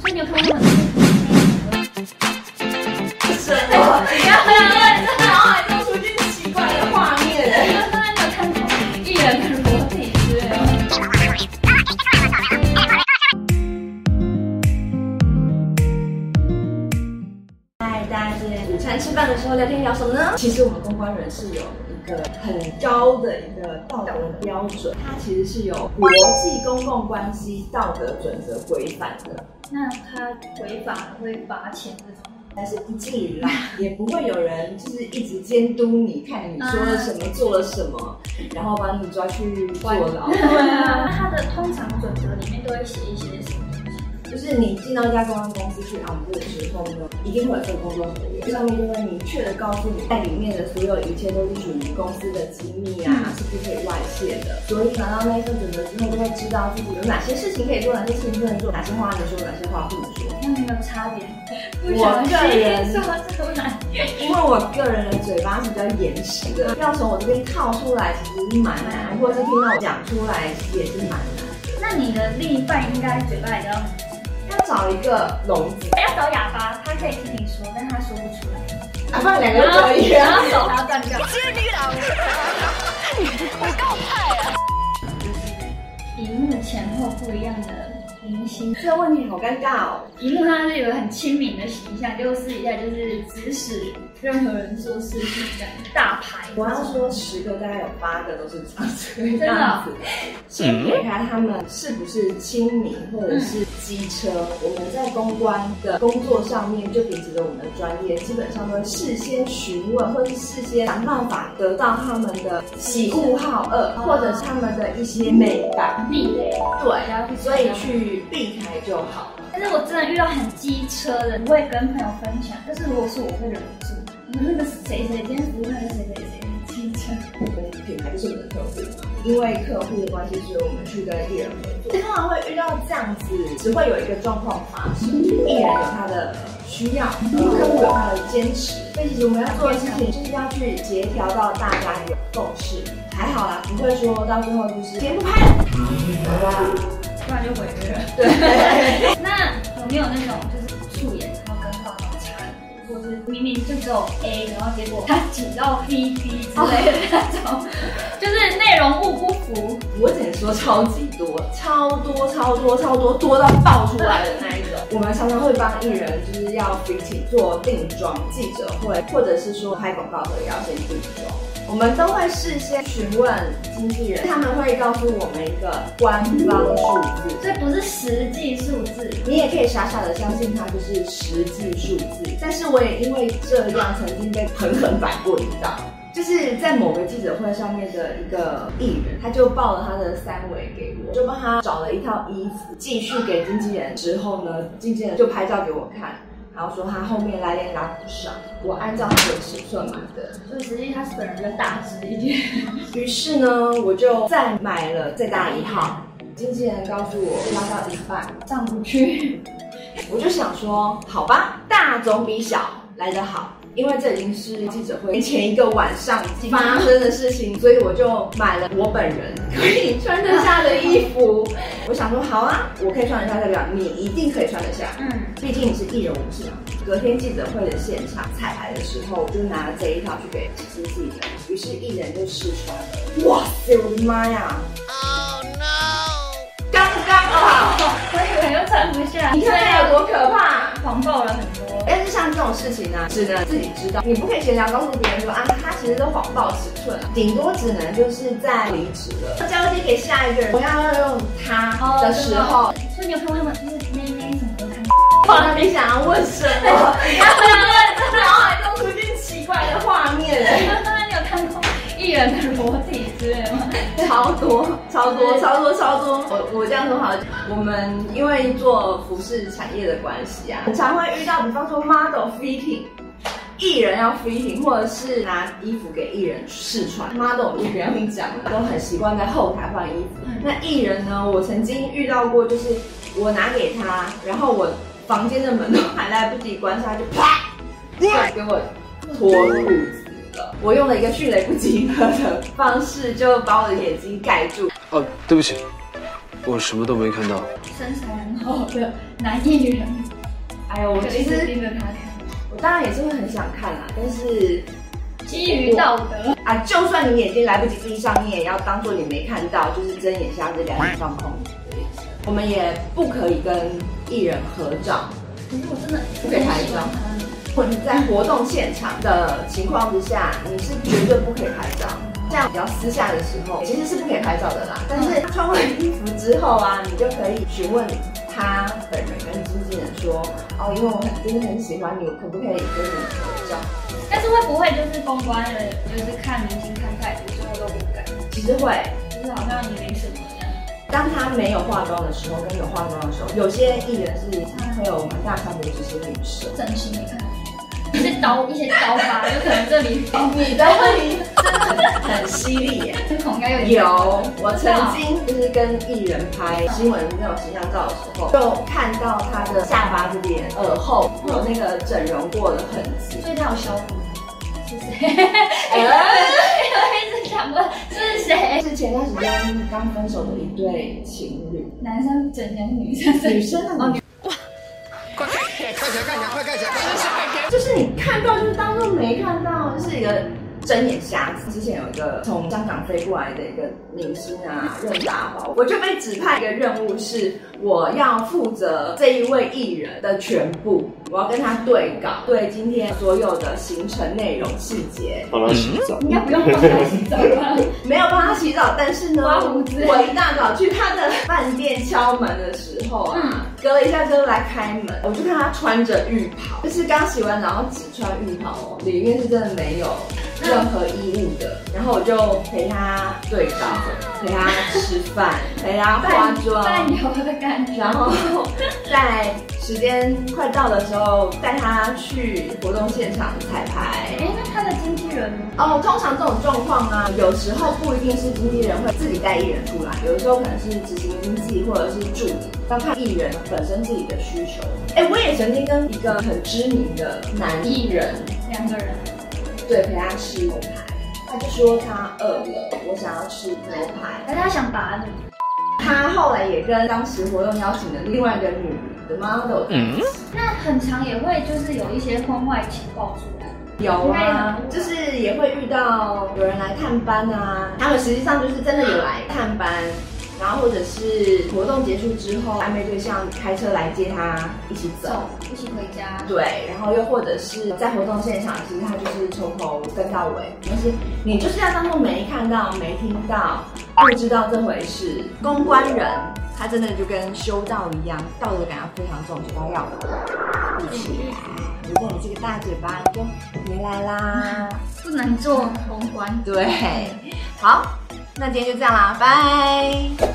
所以你有看过那种？不要不要乱说，脑海中出现奇怪的画面。你们那个看懂艺人看懂自己之类的。嗨，大家今天午餐吃饭的时候聊天聊什么呢？其实我们公关人是有一个很高的一个道德标准，它其实是有国际公共关系道德准则规范的，那他违法了会罚钱这种。但是不至 于啦，也不会有人就是一直监督你看你说了什么，做了什么，然后把你抓去坐牢。那他的通常准则里面都会写一些什么？就是你进到一家公关公司去啊，我们这里时候呢，一定会有份工作合约，上面就会明确的告诉你，在里面的所有一切都是属于公司的机密啊，是不可以外泄的。所以拿到那一份准则之后，就会知道自己有哪些事情可以做，哪些事情不能做，哪些话能说，哪些话不能说。那你有差别？我个人说这么难，因为我个人的嘴巴是比较严实的，要从我这边套出来其实是蛮难，或者是听到我讲出来其实也是蛮难。那你的另一半应该嘴巴也要，要找一个聋子，不要找哑巴，他可以听你说，但他说不出来。哪怕两个都可以啊。后手还要断掉。荧幕前后不一样的明星，这个问题好尴尬哦。荧幕上是有个很亲民的形象，就私底下就是指使任何人做事情这样大牌。我要说十个，大概有八个都是长这个真的样啊子。先撇开他们是不是亲民或者是机车，我们在公关的工作上面，就秉持着我们的专业，基本上都会事先询问，或是事先想办法得到他们的喜恶好恶，嗯或者是他们的一些美感。地雷，对，要去所以去避开就好了。但是我真的遇到很机车的，我会跟朋友分享。但是如果是我会忍不住，你们那个谁谁今天服务那个谁谁谁很机车，我们品牌就是我们的客户嘛，因为客户的关系，所以我们去跟艺人合作。通常会遇到这样子，只会有一个状况发生：艺人有他的需要，然后客户有他的坚持。所以其实我们要做的事情就是要去协调到大家有共识。还好啦，不会说到最后就是节目拍了，不然就毁约了。对， 那有没有那种就是素颜然后跟化妆差异，或是明明就只有 A，然后结果他挤到 B B 之类的那种，哦 就是内容物不符？ 我只能说超级多，超多超多超多多到爆出来的那一种。我们常常会帮艺人就是要 fitting 做定妆记者会，或者是说拍广告的也要先定妆。我们都会事先询问经纪人，他们会告诉我们一个官方数字，所以不是实际数字，你也可以傻傻的相信它就是实际数字，但是我也因为这样曾经被狠狠摆过一道。就是在某个记者会上面的一个艺人，他就报了他的三围给我，就帮他找了一套衣服寄去给经纪人。之后呢，经纪人就拍照给我看，然后说他后面拉链拉不上，我按照他的尺寸买的。所以实际他本人比较大只一点。于是呢，我就再买了最大一号。经纪人告诉我拉到一半，上不去。我就想说，好吧，大总比小来得好，因为这已经是记者会前一个晚上发生的事情，所以我就买了我本人 可以穿得下的衣服。我想说，好啊，我可以穿得下，代表你一定可以穿得下。嗯，毕竟你是艺人，我不是嘛。隔天记者会的现场彩排的时候，我就拿了这一套去给经纪人，于是艺人就试穿了。哇塞，我的妈呀！Oh no！刚刚好，我以为又穿不下。你看它有多可怕！狂暴了很多。但是像这种事情呢、只能自己知道，你不可以闲聊告诉别人说啊，他其实都谎报尺寸，顶多只能就是在离职了，交接给下一个人，我要用他哦的时候，所以你有看过他们就是妹妹什么都看过。哇，你想要问什 么？然脑海中出现奇怪的画面，后你有看过艺人的裸体之类吗？ 超多，超多，超多，超多。我我这样说好了，我们因为做服饰产业的关系啊，很常会遇到，比方说 model fitting。艺人要 fitting，或者是拿衣服给艺人试穿。model 我就不用讲了，都很习惯在后台换衣服。那艺人呢，我曾经遇到过，就是我拿给他，然后我房间的门都还来不及关上，他就啪，对，给我脱裤子了。我用了一个迅雷不及掩耳的方式，就把我的眼睛盖住。哦，对不起，我什么都没看到。身材很好的男艺人，哎呦，我其实逼着他看，我当然也是会很想看啦，但是基于道德，啊，就算你眼睛来不及闭上，你也要当做你没看到，就是睁眼瞎子两眼放空的意思。我们也不可以跟艺人合照，可是我真的不给拍很喜照欢他，或者在活动现场的情况之下，你是绝对不可以拍照。这样比较私下的时候，其实是不可以拍照的啦。但是穿完衣服之后啊，你就可以询问他本人跟经纪人说，哦，因为我很真的很喜欢你，我可不可以跟你合照？但是会不会就是公关人就是看明星看太多，最后都不敢，其实会，就是好像也没什么一样。当他没有化妆的时候，跟有化妆的时候，有些艺人是他会有蛮大差别，只是女生。真心没看到，是刀一些刀疤，有可能这里哦方面你在这里真的很犀利耶！孔该有有，我曾经就是跟艺人拍新闻那种形象照的时候，就看到他的下巴这边、耳后有那个整容过的痕迹。最大有小虎，是谁？ 哎，我一直想问是谁？是前段时间刚分手的一对情侣，男生整成女生女生啊，女快起来，干起来，快干起来！就是你看到就是当做没看到，就是一个睁眼瞎子。之前有一个从香港飞过来的一个明星啊，任达华，我就被指派一个任务是，我要负责这一位艺人的全部，我要跟他对稿，对今天所有的行程内容细节。帮他洗澡。应该不用帮他洗澡 吧？没有帮他洗澡，但是呢，刮胡子我一大早去他的饭店敲门的时候啊，嗯隔了一下之后来开门，我就看他穿着浴袍，就是刚洗完然后只穿浴袍哦，里面是真的没有任何衣物的。然后我就陪他对照，陪他吃饭，陪他化妆，伴游的感觉，然后 在时间快到的时候带他去活动现场彩排。哎，那他的经纪人呢？哦，通常这种状况啊，有时候不一定是经纪人会自己带艺人出来，有的时候可能是执行经纪或者是助理，要看艺人本身自己的需求。哎、我也曾经跟一个很知名的男艺人，两个人，对，陪他吃牛排，他就说他饿了，我想要吃牛排。哎但是他想打你，他后来也跟当时活动邀请的另外一个女的 model，嗯，那很常也会就是有一些婚外情爆出来。有啊，就是也会遇到有人来探班啊，他们实际上就是真的有来探班，然后或者是活动结束之后，暧昧对象开车来接他一起走。走，一起回家。对，然后又或者是在活动现场，其实他就是从头跟到尾，但是你就是要当做没看到、没听到、不知道这回事。公关人他真的就跟修道一样，道德感要非常重，嘴巴要闭起来。哎如果你是个大嘴巴，你就别来啦。不能做公关。对，好，那今天就这样啦，拜。